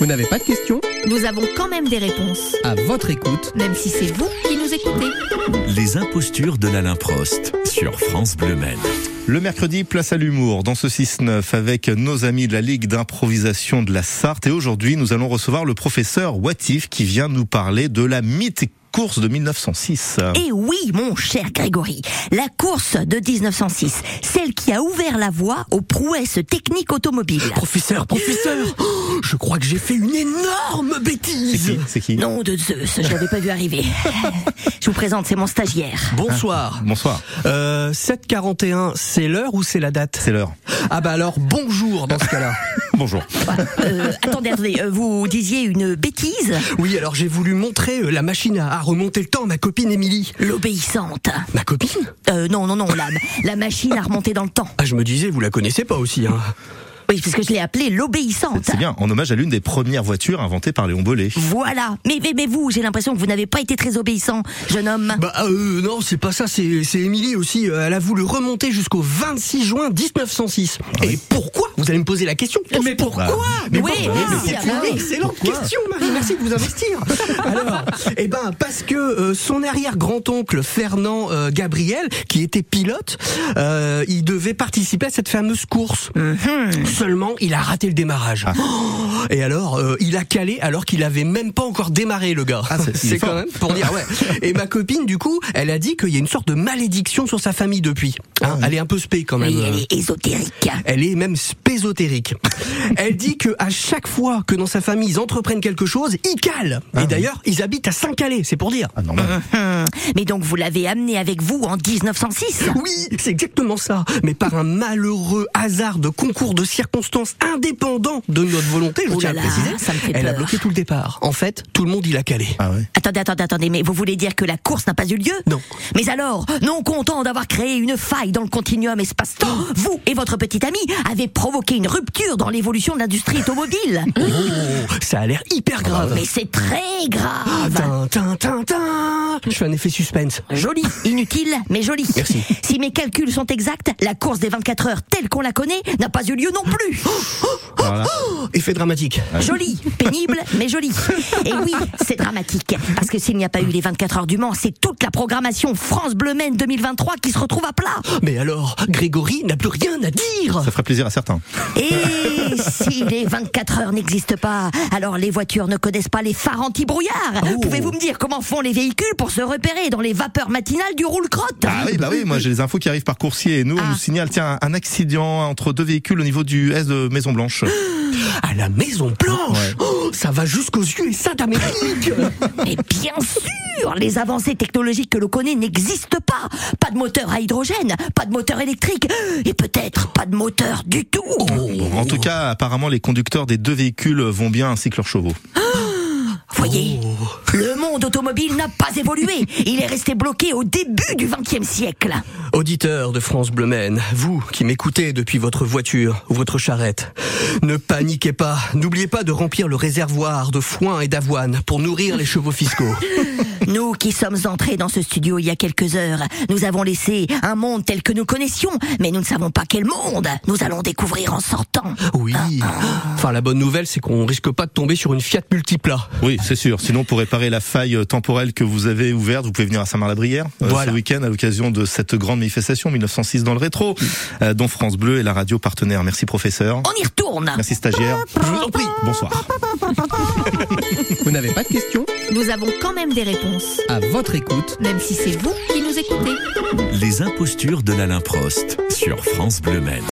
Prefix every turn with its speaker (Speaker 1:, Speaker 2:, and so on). Speaker 1: Vous n'avez pas de questions
Speaker 2: Nous avons quand même des réponses,
Speaker 1: À votre écoute.
Speaker 2: même si c'est vous qui nous écoutez.
Speaker 3: Les impostures de l'Alain Prost sur France Bleu Maine.
Speaker 4: Le mercredi, place à l'humour dans ce 6-9 avec nos amis de la Ligue d'improvisation de la Sarthe. Et aujourd'hui, nous allons recevoir le professeur Watif qui vient nous parler de la mythique course de 1906.
Speaker 5: Eh oui, mon cher Grégory, la course de 1906, celle qui a ouvert la voie aux prouesses techniques
Speaker 2: Oh,
Speaker 5: automobiles.
Speaker 6: Professeur, professeur Je crois que j'ai fait une énorme
Speaker 4: C'est
Speaker 6: bêtise
Speaker 4: qui C'est qui
Speaker 5: Nom de Zeus, je l'avais pas vu arriver. Je vous présente, c'est mon stagiaire.
Speaker 6: Ah,
Speaker 1: Ah,
Speaker 6: Bonsoir.
Speaker 4: Bonsoir,
Speaker 6: Euh, 7h41, c'est l'heure ou c'est la date
Speaker 4: c'est l'heure.
Speaker 6: Ah bah alors, bonjour dans ce cas-là.
Speaker 4: Bonjour.
Speaker 5: Euh, attendez, attendez, euh, vous disiez une bêtise
Speaker 6: Oui, alors j'ai voulu montrer euh, la machine à à remonter le temps à ma copine Émilie.
Speaker 5: L'obéissante.
Speaker 6: Ma copine
Speaker 5: Euh, non, non, non, la, la machine à remonter dans le temps.
Speaker 6: Ah, je me disais, vous la connaissez pas aussi, hein
Speaker 5: Oui, parce que je l'ai appelée l'obéissante.
Speaker 4: C'est bien, en hommage à l'une des premières voitures inventées par Léon Bollet.
Speaker 5: Voilà. Mais, mais, mais vous, j'ai l'impression que vous n'avez pas été très obéissant, jeune homme.
Speaker 6: Bah euh, non, c'est pas ça, c'est c'est Émilie aussi. Euh, Elle a voulu remonter jusqu'au 26 juin 1906.
Speaker 4: Ah
Speaker 6: Et pourquoi Vous allez me poser la question. Mais pourquoi ah bah Mais
Speaker 5: Oui,
Speaker 6: pourquoi
Speaker 5: merci,
Speaker 6: C'est
Speaker 5: alors.
Speaker 6: une excellente question, Marie. Merci de vous investir. Alors, eh ben parce que euh, son arrière-grand-oncle Fernand euh, Gabriel, qui était pilote, euh, il devait participer à cette fameuse course. Mm-hmm. Seulement, il a raté le démarrage. Oh, et alors, euh, il a calé alors qu'il avait même pas encore démarré, le gars.
Speaker 4: Ah, c'est- il est
Speaker 6: c'est quand
Speaker 4: fort.
Speaker 6: même pour dire ouais. Et ma copine, du coup, elle a dit qu'il y a une sorte de malédiction sur sa famille depuis. Hein, Elle est un peu spé
Speaker 2: Bah,
Speaker 6: quand même.
Speaker 5: Ah Oui, elle est
Speaker 2: euh,
Speaker 5: ésotérique.
Speaker 6: Elle est même spésotérique. Elle dit que à chaque fois que dans sa famille ils entreprennent quelque chose, ils calent.
Speaker 5: Ah
Speaker 6: Et d'ailleurs, ils habitent à Saint-Calais, c'est pour dire.
Speaker 4: Ah, normal.
Speaker 5: Hum, Mais donc vous l'avez amené avec vous en 1906
Speaker 6: Oui, c'est exactement ça. Mais par un malheureux hasard de concours de circonstances indépendant de notre volonté, je
Speaker 5: Oh
Speaker 6: tiens à
Speaker 5: là
Speaker 6: le
Speaker 5: là,
Speaker 6: préciser,
Speaker 5: ça me fait
Speaker 6: elle a
Speaker 5: peur.
Speaker 6: bloqué tout le départ. En fait, tout le monde il a calé.
Speaker 4: Ah ouais.
Speaker 5: Attendez, attendez, attendez, mais vous voulez dire que la course n'a pas eu lieu
Speaker 6: Non.
Speaker 5: Mais alors, non content d'avoir créé une faille dans le continuum espace-temps,
Speaker 6: Oh.
Speaker 5: vous et votre petit ami avez provoqué une rupture dans l'évolution de l'industrie automobile. Oh,
Speaker 6: Oh, ça a l'air hyper grave.
Speaker 5: mais c'est très
Speaker 6: Ah,
Speaker 5: grave.
Speaker 6: tin, tin, tin, tin. Je fais un effet suspense.
Speaker 5: Joli, inutile, mais joli.
Speaker 6: Merci.
Speaker 5: Si mes calculs sont exacts, la course des 24 heures telle qu'on la connaît n'a pas eu lieu non plus.
Speaker 4: Alors là,
Speaker 6: Oh, Effet dramatique.
Speaker 5: Joli, pénible, mais joli. Et oui, c'est dramatique. Parce que s'il n'y a pas eu les 24 heures du Mans, c'est toute la programmation France Bleu Maine 2023 qui se retrouve à plat.
Speaker 6: Mais alors, Grégory n'a plus rien à dire.
Speaker 4: ça ferait plaisir à certains.
Speaker 5: Et si les 24 heures n'existent pas, alors les voitures ne connaissent pas les phares anti-brouillard.
Speaker 6: Oh.
Speaker 5: Pouvez-vous me dire comment font les véhicules pour se repérer dans les vapeurs matinales du roule-crotte
Speaker 4: Ah oui, bah oui, moi j'ai les infos qui arrivent par coursier et nous on
Speaker 5: Ah.
Speaker 4: nous signale, tiens, un accident entre deux véhicules au niveau du S de Maison-Blanche.
Speaker 6: À la Maison Blanche
Speaker 4: Ouais.
Speaker 6: Oh, Ça va jusqu'aux USA d'Amérique
Speaker 5: Mais bien sûr, les avancées technologiques que l'on connaît n'existent pas. Pas de moteur à hydrogène, pas de moteur électrique, et peut-être pas de moteur du tout.
Speaker 4: Bon, en tout cas, apparemment, les conducteurs des deux véhicules vont bien ainsi que leurs chevaux.
Speaker 5: Voyez,
Speaker 6: Oh,
Speaker 5: le monde automobile n'a pas évolué. Il est resté bloqué au début du XXe siècle.
Speaker 6: Auditeurs de France Bleu Maine, vous qui m'écoutez depuis votre voiture ou votre charrette, ne paniquez pas, n'oubliez pas de remplir le réservoir de foin et d'avoine pour nourrir les chevaux fiscaux.
Speaker 5: Nous qui sommes entrés dans ce studio il y a quelques heures, nous avons laissé un monde tel que nous connaissions, mais nous ne savons pas quel monde nous allons découvrir en sortant.
Speaker 6: Oui Enfin, la bonne nouvelle, c'est qu'on risque pas de tomber sur une Fiat Multipla.
Speaker 4: Oui, c'est sûr. Sinon, pour réparer la faille temporelle que vous avez ouverte, vous pouvez venir à Saint-Marc-la-Brière euh,
Speaker 6: Voilà.
Speaker 4: ce week-end à l'occasion de cette grande manifestation 1906 dans le rétro, euh, dont France Bleu est la radio partenaire. Merci professeur.
Speaker 5: On y retourne.
Speaker 4: Merci stagiaire.
Speaker 6: Oh. Je vous en prie
Speaker 4: Bonsoir.
Speaker 1: Vous n'avez pas de questions
Speaker 2: Nous avons quand même des réponses,
Speaker 1: À votre écoute.
Speaker 2: même si c'est vous qui nous écoutez.
Speaker 3: Les impostures de l'Alain Prost sur France Bleu Maine.